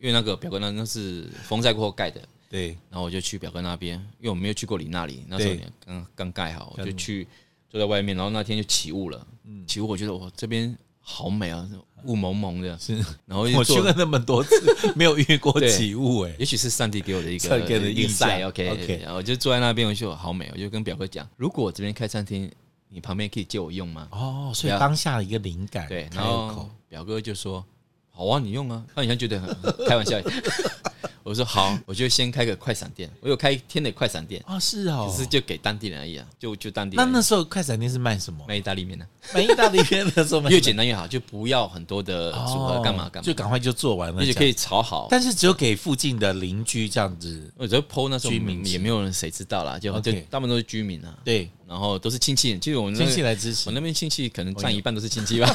Speaker 2: 因为那个表哥那那是封盖过后盖的，
Speaker 1: 对，
Speaker 2: 然后我就去表哥那边，因为我没有去过你那里，那时候
Speaker 1: 对
Speaker 2: 刚刚盖好，我就去坐在外面，然后那天就起雾了，
Speaker 1: 嗯
Speaker 2: 起雾我觉得我这边好美啊，雾蒙 蒙的，
Speaker 1: 是
Speaker 2: 然后一
Speaker 1: 我
Speaker 2: 坐
Speaker 1: 去过那么多次，没有遇过
Speaker 2: 对
Speaker 1: 起雾哎、
Speaker 2: 也许是上帝给我的一
Speaker 1: 上
Speaker 2: 个
Speaker 1: 帝给的
Speaker 2: 一
Speaker 1: 印
Speaker 2: 个
Speaker 1: 象
Speaker 2: sign, OK，,
Speaker 1: OK
Speaker 2: 然后我就坐在那边，我就说好美，我就跟表哥讲，如果我这边开餐厅，你旁边可以借我用吗？
Speaker 1: 哦，所以
Speaker 2: 对啊
Speaker 1: 当下的一个灵感，
Speaker 2: 对，
Speaker 1: 开
Speaker 2: 然
Speaker 1: 了
Speaker 2: 后
Speaker 1: 口，
Speaker 2: 表哥就说：“好啊，你用啊。”他好像觉得很开玩笑。 我说：“好，我就先开个快闪店。”我有开天的快闪店，
Speaker 1: 哦，是哦，
Speaker 2: 只是就给当地人而已啊，就就当地
Speaker 1: 那
Speaker 2: 人
Speaker 1: 那时候快闪店是卖什么？
Speaker 2: 卖意大利面呢，
Speaker 1: 卖意大利面的时候卖
Speaker 2: 越简单越好，就不要很多的
Speaker 1: 哦
Speaker 2: 组合，干嘛干嘛
Speaker 1: 就，赶快就做完了，
Speaker 2: 而且可
Speaker 1: 以，
Speaker 2: 以炒好。
Speaker 1: 但是只有给附近的邻居这样子，
Speaker 2: 我觉得 PO 那时候
Speaker 1: 居民
Speaker 2: 也没有人谁知道啦，就
Speaker 1: OK
Speaker 2: 就大部分都是居民啊，
Speaker 1: 对，
Speaker 2: 然后都是亲戚，就是我们那
Speaker 1: 亲
Speaker 2: 个
Speaker 1: 戚来哦支持
Speaker 2: 我。那边亲戚可能占一半都是亲戚吧。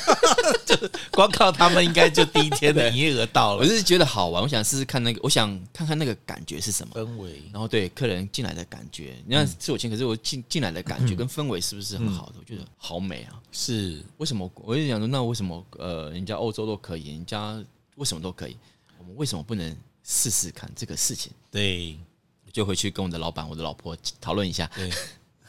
Speaker 1: 光靠他们应该就第一天的营业额到
Speaker 2: 我
Speaker 1: 了。
Speaker 2: 是觉得好玩，我想试试看那个，我想看看那个感觉是什么。
Speaker 1: 氛围
Speaker 2: 然后对客人进来的感觉，你
Speaker 1: 嗯
Speaker 2: 看是我请，可是我进进来的感觉跟氛围是不是很好的？我觉得好美啊！
Speaker 1: 是
Speaker 2: 为什么？我就想说，那为什么呃，人家欧洲都可以，人家为什么都可以，我们为什么不能试试看这个事情？
Speaker 1: 对
Speaker 2: 我就回去跟我的老板、我的老婆讨论一下。
Speaker 1: 对，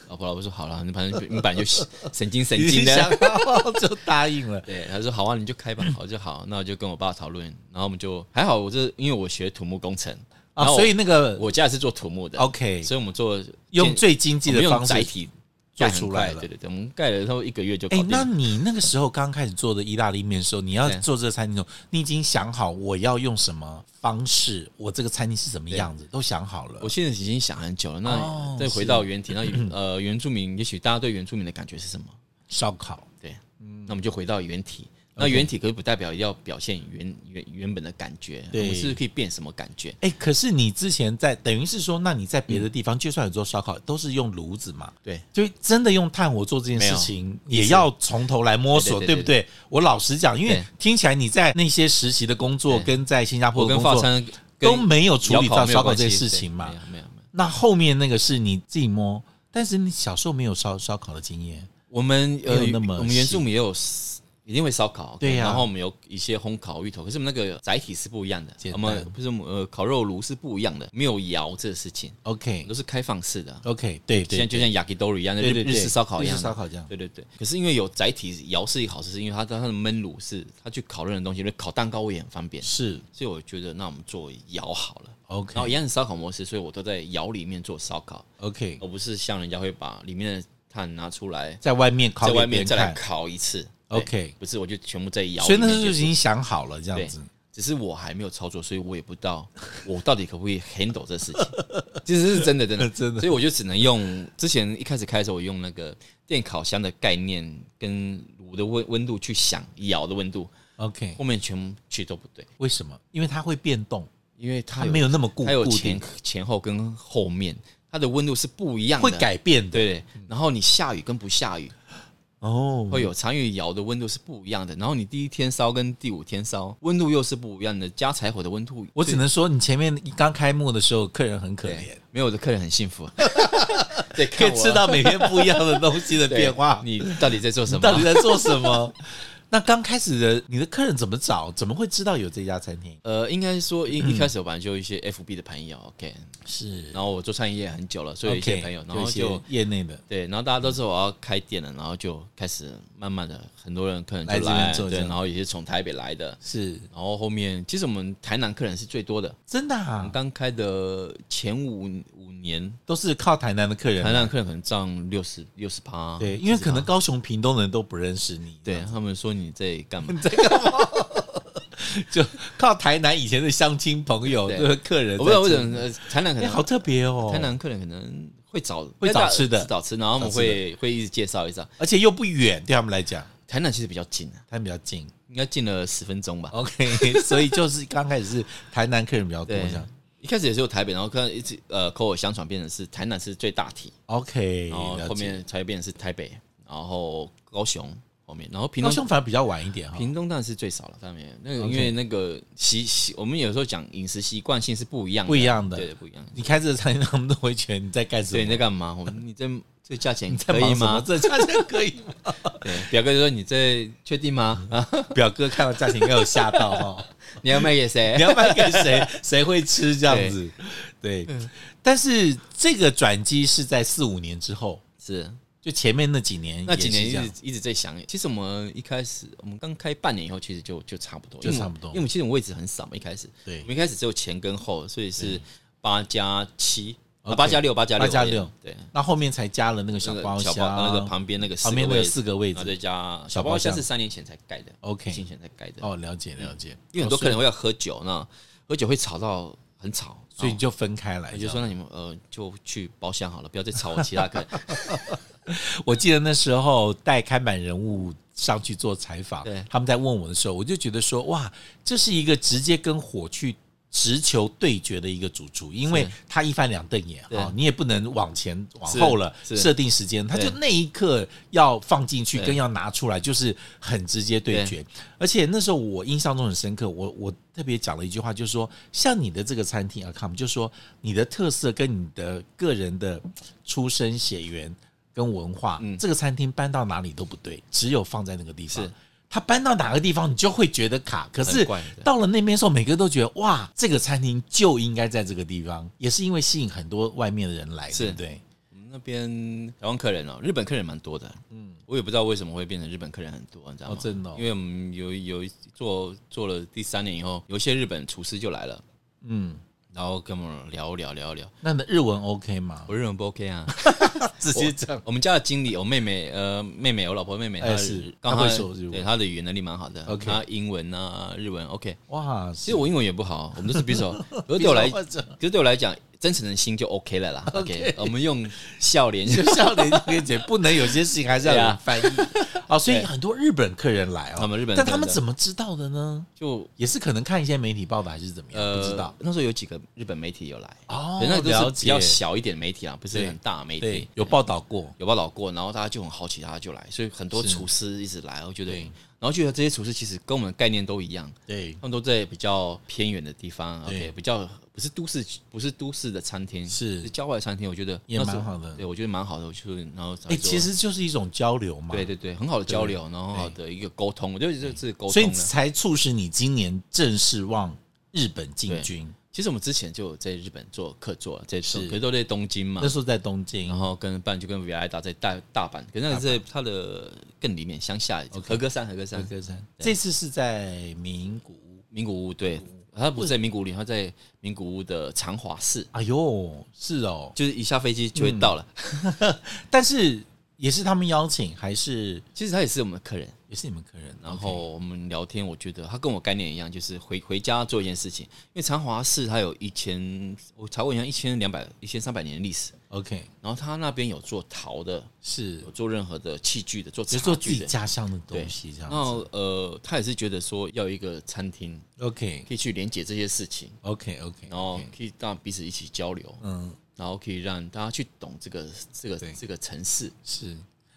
Speaker 2: 老婆老婆说好了，你反正就你本来就神经神
Speaker 1: 已
Speaker 2: 经
Speaker 1: 经想
Speaker 2: 的。
Speaker 1: 到就答应了。
Speaker 2: 对，他说好啊，你就开吧。好就好，那我就跟我爸讨论，然后我们就还好，我这因为我学土木工程
Speaker 1: 啊，
Speaker 2: 然后我
Speaker 1: 所以那个
Speaker 2: 我家也是做土木的
Speaker 1: 哦 OK，
Speaker 2: 所以我们做
Speaker 1: 用最经济
Speaker 2: 我们
Speaker 1: 的
Speaker 2: 用
Speaker 1: 方式
Speaker 2: 载。体
Speaker 1: 做
Speaker 2: 盖很
Speaker 1: 出
Speaker 2: 快
Speaker 1: 来了
Speaker 2: 对对对，我们盖了差不多一个月就搞
Speaker 1: 哎，
Speaker 2: 定
Speaker 1: 那
Speaker 2: 了。
Speaker 1: 你那个时候刚开始做的意大利面的时候，你要
Speaker 2: 对
Speaker 1: 做这个餐厅的时候，你已经想好我要用什么方式，我这个餐厅是怎么样子，都想好了
Speaker 2: 我。现在已经想很久了。
Speaker 1: 哦
Speaker 2: 那再回
Speaker 1: 是嗯
Speaker 2: 到原题，那呃，原住民，也许大家对原住民的感觉是什么？
Speaker 1: 烧烤，
Speaker 2: 对，
Speaker 1: 嗯
Speaker 2: 那我们就回到原体。那原体可是不代表要表现原原原本的感觉，我
Speaker 1: 对
Speaker 2: 们是可以变什么感觉？
Speaker 1: 哎，可是你之前在等于是说，那你在别的地方就算有做烧烤，都是用炉子嘛？
Speaker 2: 嗯对，
Speaker 1: 就真的用炭火做这件事情，也要从头来摸索，
Speaker 2: 对
Speaker 1: 对
Speaker 2: 对
Speaker 1: 不
Speaker 2: 对
Speaker 1: 对？我老实讲，因为
Speaker 2: 对
Speaker 1: 听起来你在那些实习的工作
Speaker 2: 对
Speaker 1: 跟在新加
Speaker 2: 我
Speaker 1: 坡的工
Speaker 2: 跟发
Speaker 1: 作
Speaker 2: 餐
Speaker 1: 都没有处
Speaker 2: 窑
Speaker 1: 理
Speaker 2: 烤
Speaker 1: 到
Speaker 2: 没
Speaker 1: 烧
Speaker 2: 有
Speaker 1: 烤
Speaker 2: 关
Speaker 1: 这件
Speaker 2: 系
Speaker 1: 事
Speaker 2: 对
Speaker 1: 情嘛
Speaker 2: 没。有没有没有。
Speaker 1: 那后面那个是你自己摸，但是你小时候没有烧烧烤的经验，
Speaker 2: 我们呃
Speaker 1: 没有那么，
Speaker 2: 我们原
Speaker 1: 细
Speaker 2: 住民也有 s- 一定会烧烤，
Speaker 1: 对呀
Speaker 2: 然后我们有一些烘烤芋头，可是我们那个载体是不一样的
Speaker 1: 简，
Speaker 2: 我
Speaker 1: 单
Speaker 2: 们不是我们呃烤肉炉是不一样的，没有窑这个事情，我
Speaker 1: OK
Speaker 2: 们都是开放式的。
Speaker 1: OK，对对，
Speaker 2: 现在就像 yakitori 一样，日日式烧烤一
Speaker 1: 日
Speaker 2: 样
Speaker 1: 式，烧烤这样，
Speaker 2: 对对对。可是因为有载体窑是一个好事，是因为它它的焖炉是它去烤任何东西，因为烤蛋糕我也很方便，
Speaker 1: 是
Speaker 2: 所以我觉得那我们做窑好了。然后
Speaker 1: OK
Speaker 2: 一样是烧烤模式，所以我都在窑里面做烧烤，
Speaker 1: OK，
Speaker 2: 而不是像人家会把里面的炭拿出来
Speaker 1: 在外面烤
Speaker 2: 在
Speaker 1: 给
Speaker 2: 外
Speaker 1: 别
Speaker 2: 面
Speaker 1: 人
Speaker 2: 再来
Speaker 1: 看，
Speaker 2: 烤一次。对
Speaker 1: OK
Speaker 2: 不是，我就全部在摇。
Speaker 1: 所以那时候就已经想好了这样子。
Speaker 2: 只是我还没有操作，所以我也不知道我到底可不可以 handle 这事情。其实是真的， 真的，
Speaker 1: 真的
Speaker 2: 所以我就只能用之前一开始开的时候，我用那个电烤箱的概念跟炉的温温度去想窑的温度，
Speaker 1: OK，
Speaker 2: 后面全部其实都不对，
Speaker 1: 为什么？因为它会变动，
Speaker 2: 因为
Speaker 1: 它
Speaker 2: 它
Speaker 1: 没有那么固
Speaker 2: 它有
Speaker 1: 固定
Speaker 2: 前，前后跟后面，它的温度是不一样
Speaker 1: 会
Speaker 2: 的，
Speaker 1: 改变的
Speaker 2: 对对。然后你下雨跟不下雨，
Speaker 1: 哦。
Speaker 2: 会有长与窑的温度是不一样的，然后你第一天烧跟第五天烧温度又是不一样的，加柴火的温度，
Speaker 1: 我只能说，你前面刚开幕的时候，客人很可
Speaker 2: 对
Speaker 1: 怜，
Speaker 2: 没有我的客人很幸 福，对，
Speaker 1: 可
Speaker 2: 看
Speaker 1: 以
Speaker 2: 我啊
Speaker 1: 吃到每天不一样的东西的
Speaker 2: 对
Speaker 1: 变化。
Speaker 2: 你到底在做什
Speaker 1: 到底在
Speaker 2: 么？
Speaker 1: 做什么？ 那刚开始的你的客人怎么找？怎么会知道有这家餐厅？
Speaker 2: 呃，应该是 说一一开始我本来就有一些 FB 的朋友，OK，
Speaker 1: 是
Speaker 2: 然后我做餐饮业很久了，所以有一些朋友，然后就
Speaker 1: 业内的
Speaker 2: 对，然后大家都知道我要开店了，然后就开始慢慢的，很多人客人
Speaker 1: 来
Speaker 2: 就
Speaker 1: 这边
Speaker 2: 来，
Speaker 1: 做
Speaker 2: 对，
Speaker 1: 这样
Speaker 2: 然后有些从台北来的，
Speaker 1: 是
Speaker 2: 然后后面其实我们台南客人是最多的，
Speaker 1: 真的
Speaker 2: 我们
Speaker 1: 啊，
Speaker 2: 刚开的前五五年，
Speaker 1: 都是靠台南的客人
Speaker 2: 台。南哦客人可能占六十六十趴，
Speaker 1: 对，因为可能
Speaker 2: 70%
Speaker 1: 高雄、屏东的人都不认识你，
Speaker 2: 对他们说你在 干嘛？
Speaker 1: 就靠台南以前的乡亲朋友、
Speaker 2: 对
Speaker 1: 就是客人在吃，
Speaker 2: 我不知道为什么呃台南可
Speaker 1: 哎、
Speaker 2: 能
Speaker 1: 好特别哦，
Speaker 2: 台南客人可能会找
Speaker 1: 会找吃的
Speaker 2: 找吃，然后我们会会一直介绍一下。
Speaker 1: 而且又不远，对他们来讲，
Speaker 2: 台南其实比较近啊，哦
Speaker 1: 他们比较近。
Speaker 2: 应该近了十分钟吧。
Speaker 1: OK，所 以就是刚开始是台南客人比较多，
Speaker 2: 对
Speaker 1: 这样。，
Speaker 2: 一开始也是有台北，然后看一直呃口耳相传，变成是台南是最大体，
Speaker 1: OK，
Speaker 2: 然后
Speaker 1: 了
Speaker 2: 哦后
Speaker 1: 解
Speaker 2: 面才变成是台北，然后高雄后面，然后屏
Speaker 1: 高
Speaker 2: 东
Speaker 1: 雄反而比较晚一点哈、
Speaker 2: 屏东当然是最少了，上面那个
Speaker 1: OK
Speaker 2: 因为那个习习，我们有时候讲饮食习惯性是不一样的，
Speaker 1: 不一样的
Speaker 2: 对，不一样的。
Speaker 1: 你开这个餐厅，他们都会觉得你在干什
Speaker 2: 所以
Speaker 1: 么？
Speaker 2: 你在 干嘛？我们你这这价钱
Speaker 1: 在
Speaker 2: 可
Speaker 1: 忙
Speaker 2: 以
Speaker 1: 什么
Speaker 2: 吗？
Speaker 1: 这价钱可以吗？
Speaker 2: 对， 表哥就说你这确定吗？ 啊，
Speaker 1: 表哥看到价钱应该有吓到 哈、
Speaker 2: 你要卖给谁
Speaker 1: 你？要卖给谁？谁会吃这样子？对，
Speaker 2: 嗯
Speaker 1: 但是这个转机是在四五年之后，
Speaker 2: 是
Speaker 1: 就前面那几年
Speaker 2: 那几
Speaker 1: 也
Speaker 2: 年
Speaker 1: 是
Speaker 2: 一
Speaker 1: 这样
Speaker 2: 直一直在想，其实我们一开始我们刚开半年以后，其实就就差不多，
Speaker 1: 就
Speaker 2: 因为我
Speaker 1: 差不多
Speaker 2: 因为我们其实我们位置很少嘛，一开始
Speaker 1: 对
Speaker 2: 我们一开始只有前跟后，所以是八加七。啊
Speaker 1: OK
Speaker 2: 八加六，八加六，
Speaker 1: 八加六
Speaker 2: 对，
Speaker 1: 那后面才加了那个
Speaker 2: 那
Speaker 1: 小
Speaker 2: 个
Speaker 1: 包
Speaker 2: 小
Speaker 1: 厢，
Speaker 2: 包那个旁边那个
Speaker 1: 旁边那
Speaker 2: 个
Speaker 1: 个
Speaker 2: 位置
Speaker 1: 四个位
Speaker 2: 然后再
Speaker 1: 置。
Speaker 2: 加
Speaker 1: 小
Speaker 2: 小
Speaker 1: 包
Speaker 2: 包厢
Speaker 1: 厢
Speaker 2: 是三年前才盖的
Speaker 1: OK
Speaker 2: 疫情前才盖的，
Speaker 1: 哦，了解了解，
Speaker 2: 嗯因为很多
Speaker 1: 哦
Speaker 2: 客人会要喝酒，那喝酒会吵到很吵，
Speaker 1: 所以你就分开来。
Speaker 2: 我哦就说那你们呃就去包厢好了，不要再吵我其他客人。
Speaker 1: 我记得那时候带看板人物上去做采访
Speaker 2: 对，
Speaker 1: 他们在问我的时候，我就觉得说，哇，这是一个直接跟火去直球对决的一个主厨，因为
Speaker 2: 是
Speaker 1: 他一翻两瞪眼啊、
Speaker 2: 对
Speaker 1: 哦，你也不能往前往后了，
Speaker 2: 是
Speaker 1: 设定时间，他就
Speaker 2: 对
Speaker 1: 那一刻要放进去
Speaker 2: 对
Speaker 1: 跟要拿出来，就是很直接对决。而且那时候我印象中很深刻，我我特别讲了一句话，就是说，像你的这个餐厅啊，com，就是说你的特色跟你的个人的出身血缘跟文化，这个餐厅搬到哪里都不对，只有放在那个地方
Speaker 2: 嗯是。
Speaker 1: 它搬到哪个地方，你就会觉得卡。可是
Speaker 2: 很怪对
Speaker 1: 到了那边的时候，每个人都觉得哇，这个餐厅就应该在这个地方，也是因为吸引很多外面的人来，
Speaker 2: 是
Speaker 1: 对不对？
Speaker 2: 我们那边台湾客人哦，日本客人蛮多的，嗯，我也不知道为什么会变成日本客人很多，你知道吗？
Speaker 1: 哦真的哦
Speaker 2: 因为我们有有一做做了第三年以后，有一些日本厨师就来了，
Speaker 1: 嗯，
Speaker 2: 然后跟我们聊聊聊聊，
Speaker 1: 那你的日文 OK 吗？
Speaker 2: 我日文不 OK 啊，
Speaker 1: 直接这样
Speaker 2: 我们家的经理，我妹妹，呃，妹妹，我老婆妹妹，
Speaker 1: 哎
Speaker 2: 她
Speaker 1: 是
Speaker 2: 刚
Speaker 1: 她
Speaker 2: 好
Speaker 1: 会说日文
Speaker 2: 对她的语言能力蛮好的
Speaker 1: OK
Speaker 2: 她英文啊，日文 OK。
Speaker 1: 哇！
Speaker 2: 其实我英文也不好，我们都是比 手，可是对我来，可
Speaker 1: 就是
Speaker 2: 对我来讲，真诚的心就 OK 了啦。OK，我们用笑脸
Speaker 1: 就 笑脸就可以解，不能有些事情还是要
Speaker 2: 对
Speaker 1: 有
Speaker 2: 啊
Speaker 1: 人翻译哦。所以
Speaker 2: 对
Speaker 1: 很多日本客人来哦，
Speaker 2: 他们日本
Speaker 1: 但
Speaker 2: 客人
Speaker 1: 他们
Speaker 2: 的
Speaker 1: 怎么知道的呢？
Speaker 2: 就
Speaker 1: 也是可能看一些媒体报道还是怎么样，
Speaker 2: 呃，
Speaker 1: 不知道。
Speaker 2: 那时候有几个日本媒体有来，
Speaker 1: 哦
Speaker 2: 对那个
Speaker 1: 了
Speaker 2: 都
Speaker 1: 解
Speaker 2: 是比较小一点的媒体啦，不是
Speaker 1: 对
Speaker 2: 很大的媒
Speaker 1: 对
Speaker 2: 体，，
Speaker 1: 有报道过，
Speaker 2: 有报道过，然后大家就很好奇，大家就来，所以很多
Speaker 1: 是
Speaker 2: 厨师一直来，我觉得，
Speaker 1: 对
Speaker 2: 然后觉得这些厨师其实跟我们的概念都一样，
Speaker 1: 对
Speaker 2: 他，们都在比较偏远的地方
Speaker 1: 对
Speaker 2: ，OK，比较不是都市，不是都市的餐厅，
Speaker 1: 是
Speaker 2: 郊外餐厅，我觉得
Speaker 1: 也
Speaker 2: 那时候
Speaker 1: 蛮好的
Speaker 2: 对我觉得蛮好的，我就是然后
Speaker 1: 哎，其实就是一种交流嘛，
Speaker 2: 对对对，很好的交流，然后好的一个沟通，我觉得这是沟
Speaker 1: 所以
Speaker 2: 通了。
Speaker 1: 才促使你今年正式往日本进军。
Speaker 2: 其实我们之前就有在日本做客座，在做，
Speaker 1: 是
Speaker 2: 可是都在东京嘛
Speaker 1: 那，时候在东京
Speaker 2: 然，后跟伴就跟 VI 打在大大阪，可是那个在它的更里面乡下，和歌山，和歌山，
Speaker 1: 歌山，这次是在名古屋。
Speaker 2: 名古屋对，它不是在名古屋里，它在名古屋的长华市，
Speaker 1: 哎呦，是哦，
Speaker 2: 就是一下飞机就会到了。
Speaker 1: 但是也是他们邀请，还是
Speaker 2: 其实他也是我们的客人，
Speaker 1: 也是你们客人，
Speaker 2: 然后我们聊天，我觉得他跟我概念一样，就是回回家做一件事情，因为长华市它有一千，我查过一下一千两百、一千三百年的历史，
Speaker 1: OK，
Speaker 2: 然后他那边有做陶的，
Speaker 1: 是
Speaker 2: 有做任何的器具的，做
Speaker 1: 就
Speaker 2: 茶
Speaker 1: 是做自
Speaker 2: 具
Speaker 1: 己
Speaker 2: 的。
Speaker 1: 家乡的
Speaker 2: 对
Speaker 1: 东西这样
Speaker 2: 然
Speaker 1: 子。
Speaker 2: 后呃，他也是觉得说要有一个餐厅，
Speaker 1: OK
Speaker 2: 可以去连接这些事情，
Speaker 1: OK OK，
Speaker 2: 然后可以让彼此一起交流，
Speaker 1: 嗯
Speaker 2: 然后可以让大家去懂这个这个
Speaker 1: 对
Speaker 2: 这个城市。
Speaker 1: 是，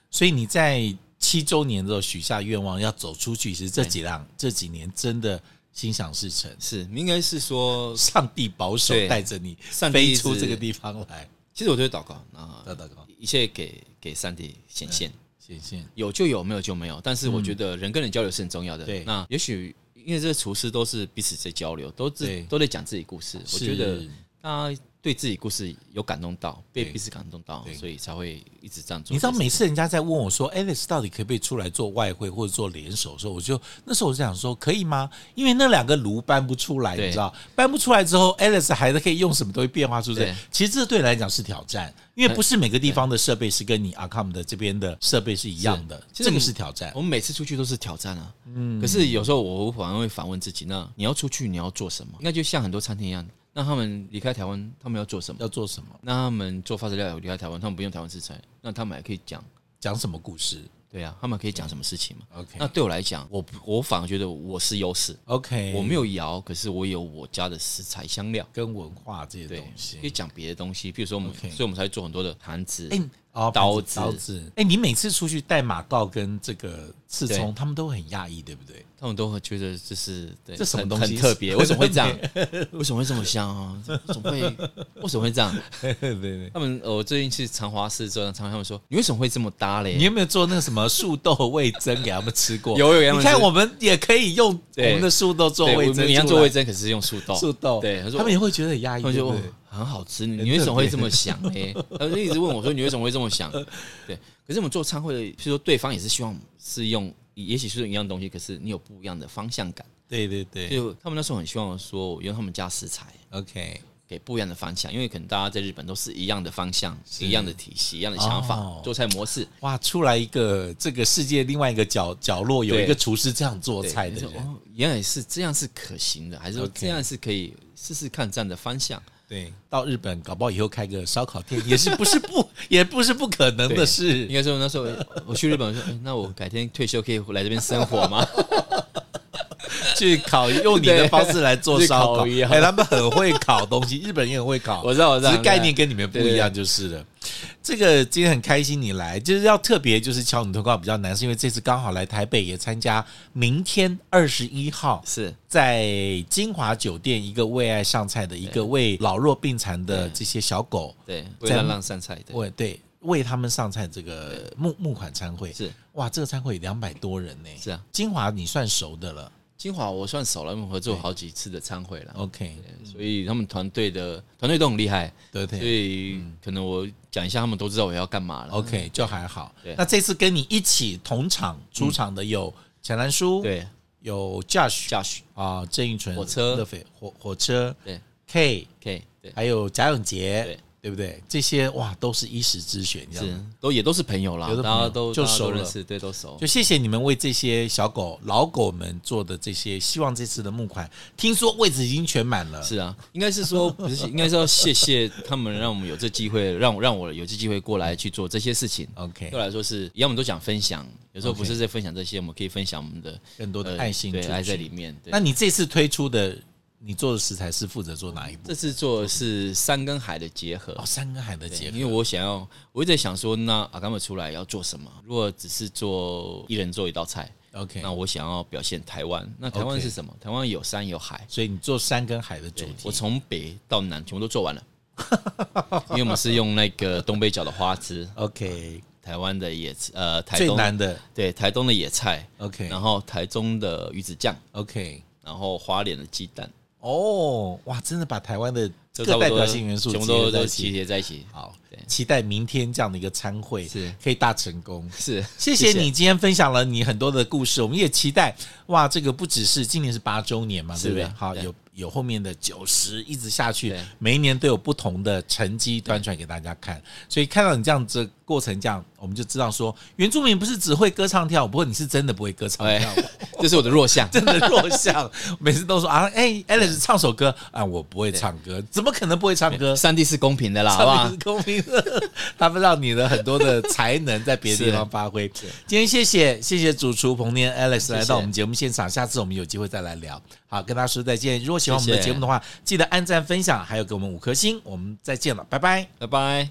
Speaker 1: 所以你在七周年的时候许下愿望要走出去，其实这几浪这几年真的心想事成，
Speaker 2: 是，应该是说，
Speaker 1: 上帝保守
Speaker 2: 对
Speaker 1: 带着你
Speaker 2: 上帝
Speaker 1: 飞
Speaker 2: 一
Speaker 1: 出
Speaker 2: 直
Speaker 1: 这个地方来。
Speaker 2: 其实我都会祷告，那
Speaker 1: 大大哥，
Speaker 2: 一切给给上帝显现。
Speaker 1: 谢界限。
Speaker 2: 有就有，没有就没有。但是我觉得人跟人交流是很重要的。
Speaker 1: 对
Speaker 2: 那也许因为这些厨师都是彼此在交流，都
Speaker 1: 对
Speaker 2: 自都在讲自己故事。我
Speaker 1: 是
Speaker 2: 觉得大家对自己故事有感动到，被
Speaker 1: 对
Speaker 2: 彼此感动到
Speaker 1: 对，
Speaker 2: 所以才会一直这样做。
Speaker 1: 你知道每次人家在问我说 Alice 到底可不可以出来做外汇或者做联手的时候，我就那时候我就想说可以吗？因为那两个炉搬不出来，
Speaker 2: 对
Speaker 1: 你知道，搬不出来之后，Alice 还是可以用什么东西变化出这
Speaker 2: 对。
Speaker 1: 其实这对你来讲是挑战，因为不是每个地方的设备是跟你 Acom 的这边的设备是一样的，
Speaker 2: 是
Speaker 1: 这个是挑战。
Speaker 2: 我们每次出去都是挑战啊，嗯，可是有时候我反而会反问自己，那你要出去你要做什么？那就像很多餐厅一样，那他们离开台湾，他们要做什么？
Speaker 1: 要做什么？
Speaker 2: 那他们做法式料理离开台湾，他们不用台湾食材，那他们还可以讲，
Speaker 1: 讲什么故事
Speaker 2: 对啊，他们可以讲什么事情嘛？
Speaker 1: ？OK
Speaker 2: 那对我来讲，我我反而觉得我是优势，
Speaker 1: OK，
Speaker 2: 我没有摇，可是我有我家的食材香料，
Speaker 1: 跟文化这些
Speaker 2: 对
Speaker 1: 东，西
Speaker 2: 可以。讲别的东西，比如说我们
Speaker 1: OK
Speaker 2: 所以我们才会做很多的盘子，
Speaker 1: 哎、哦，
Speaker 2: 刀子
Speaker 1: 刀子。哎、你每次出去带马告跟这个刺葱，他们都很讶异，对不对？
Speaker 2: 他们都会觉得这是对
Speaker 1: 这什么
Speaker 2: 很
Speaker 1: 东西
Speaker 2: 很特别，为什么会这样？ 为什么会这么香啊？为什么会为什么会这样？
Speaker 1: 对对。
Speaker 2: 他们呃我最近去长华市之后，长华他们说你为什么会这么搭嘞？
Speaker 1: 你有没有做那个什么树豆味增给他们吃过？
Speaker 2: 有有有
Speaker 1: 你看我们也可以用我
Speaker 2: 对
Speaker 1: 们的树豆做
Speaker 2: 对
Speaker 1: 味
Speaker 2: 我们
Speaker 1: 增，
Speaker 2: 一样做味，增，可是用树豆，
Speaker 1: 树豆。
Speaker 2: 对，他说
Speaker 1: 他们也会觉得很压抑。
Speaker 2: 他们
Speaker 1: 对
Speaker 2: 就
Speaker 1: 不
Speaker 2: 哦
Speaker 1: 对
Speaker 2: 很好吃，你你为什么会这么想？ 哎，他们就一直问我说你为什么会这么想？对，可是我们做餐会，譬如说对方也是希望是用，也许是用一样东西，可是你有不一样的方向感。
Speaker 1: 对对对
Speaker 2: 就他们那时候很希望说，我用他们家食材。
Speaker 1: ，OK，
Speaker 2: 给不一样的方向，因为可能大家在日本都是一样的方向、一样的体系、一样的想法、
Speaker 1: 哦
Speaker 2: 做菜模式。
Speaker 1: 哇，出来一个这个世界另外一个角角落有
Speaker 2: 对
Speaker 1: 一个厨师这样做
Speaker 2: 对
Speaker 1: 菜的
Speaker 2: 你说
Speaker 1: 人，
Speaker 2: 哦，原来是这样是可行的，还是说
Speaker 1: OK
Speaker 2: 这样是可以试试看这样的方向？
Speaker 1: 对，到日本搞不好以后开个烧烤店也是不是 不也不是不可能的
Speaker 2: 对
Speaker 1: 事
Speaker 2: 应。该说那时候我去日本我说、哎 那我改天退休可以来这边生活吗？
Speaker 1: 去烤，用你的方式来做烧烤。
Speaker 2: 对 去烤
Speaker 1: 哎，他们很会烤东西，日本人也很会烤。
Speaker 2: 我知道我知道
Speaker 1: 只是概念跟你们不一样就是了。这个今天很开心你来，就是要特别就是敲你通告比较难，是因为这次刚好来台北也参加明天二十一号
Speaker 2: 是
Speaker 1: 在金华酒店一个为爱上菜的一个为老弱病残的这些小狗，
Speaker 2: 对，为了让上菜对，
Speaker 1: 为对为他们上菜这个募募款餐会
Speaker 2: 是
Speaker 1: 哇，这个餐会两百多人呢、
Speaker 2: 是啊。
Speaker 1: 金华你算熟的了
Speaker 2: 金华我算熟了，因为我们合作好几次的餐会了，
Speaker 1: ，OK，
Speaker 2: 对所以他们团队的团队都很厉害，
Speaker 1: 对对
Speaker 2: 所。以可能我讲一下，他们都知道我要干嘛了。
Speaker 1: OK，就还好
Speaker 2: 对。嗯
Speaker 1: 那这次跟你一起同场出场的有陈兰书，
Speaker 2: 对
Speaker 1: 有 Josh
Speaker 2: ，Josh
Speaker 1: 啊，郑义纯，
Speaker 2: 火车
Speaker 1: 乐斐火火车，
Speaker 2: 对
Speaker 1: K，
Speaker 2: K 对。
Speaker 1: 还有贾永杰，
Speaker 2: 对
Speaker 1: 不对？这些哇，都是一时之选，这样
Speaker 2: 是
Speaker 1: 子。，
Speaker 2: 都也都是朋友啦
Speaker 1: 有的，朋友
Speaker 2: 大家都
Speaker 1: 就
Speaker 2: 大家都
Speaker 1: 熟了
Speaker 2: 认识，对，都熟。
Speaker 1: 就谢谢你们为这些小狗、老狗们做的这些，希望这次的募款，听说位置已经全满了。
Speaker 2: 是啊，应该是说不是，应该是要谢谢他们，让我们有这机会，让我让我有这机会过来去做这些事情。对
Speaker 1: OK，
Speaker 2: 我来说是，一样，我们都讲分享，有时候
Speaker 1: OK
Speaker 2: 不是在分享这些，我们可以分享我们的
Speaker 1: 更多的
Speaker 2: 呃
Speaker 1: 爱心
Speaker 2: 对
Speaker 1: 出
Speaker 2: 爱在
Speaker 1: 去
Speaker 2: 里面。对
Speaker 1: 那你这次推出的，你做的食材是负责做哪一部
Speaker 2: 这？次做的是山跟海的结合
Speaker 1: 哦，，山跟海的结
Speaker 2: 对
Speaker 1: 合
Speaker 2: 因。为我想要，我一直在想说，那阿甘们出来要做什么？如果只是做一人做一道菜，
Speaker 1: OK，
Speaker 2: 那我想要表现台湾，那台湾
Speaker 1: OK
Speaker 2: 是什么？台湾有山有海。
Speaker 1: 所以你做山跟海的主
Speaker 2: 对
Speaker 1: 题
Speaker 2: 我。从北到南全部都 做完了，因为我们是用那个东北角的花枝，
Speaker 1: OK，
Speaker 2: 台湾的野呃台
Speaker 1: 最
Speaker 2: 东
Speaker 1: 难的
Speaker 2: 对台东的野菜，
Speaker 1: OK
Speaker 2: 然后台中的鱼子酱，
Speaker 1: OK，
Speaker 2: 然后花莲的鸡蛋，
Speaker 1: 哦，哇，真的把台湾的
Speaker 2: 这
Speaker 1: 各
Speaker 2: 差不
Speaker 1: 代
Speaker 2: 多
Speaker 1: 表性元素
Speaker 2: 全部
Speaker 1: 结合
Speaker 2: 都
Speaker 1: 在
Speaker 2: 都
Speaker 1: 一
Speaker 2: 集
Speaker 1: 起。
Speaker 2: 结在一起。
Speaker 1: 好
Speaker 2: 对，
Speaker 1: 期待明天这样的一个参会
Speaker 2: 是
Speaker 1: 可以大成功。
Speaker 2: 是，
Speaker 1: 谢谢你今天分享了你很多的故事，我们也期待哇，这个不只是今年是八周年嘛，
Speaker 2: 是
Speaker 1: 对
Speaker 2: 的
Speaker 1: 不对？好，
Speaker 2: 对
Speaker 1: 有有后面的九十一直下去
Speaker 2: 对，
Speaker 1: 每一年都有不同的成绩端出来给大家看，所以看到你这样子的过程，这样我们就知道说，原住民不是只会歌唱跳舞，不过你是真的不会歌唱
Speaker 2: 哎
Speaker 1: 跳舞。，
Speaker 2: 这是我的弱项。
Speaker 1: 真的弱项，每次都说啊，哎、a l e x 唱首歌啊，我不会唱歌，怎么可能不会唱歌？
Speaker 2: 上帝是公平的啦，
Speaker 1: 好
Speaker 2: 好不
Speaker 1: 吧
Speaker 2: 好？，
Speaker 1: 公平的， 他们让你的很多的才能在别的地方发挥。今天谢谢谢谢主厨彭念 Alex
Speaker 2: 谢
Speaker 1: 来到我们节目现场，下次我们有机会再来聊。好，跟大家说再见。如果喜欢我们的
Speaker 2: 谢谢
Speaker 1: 节目的话，记得按赞、分享，还有给我们五颗星。我们再见了，拜拜。
Speaker 2: 拜拜。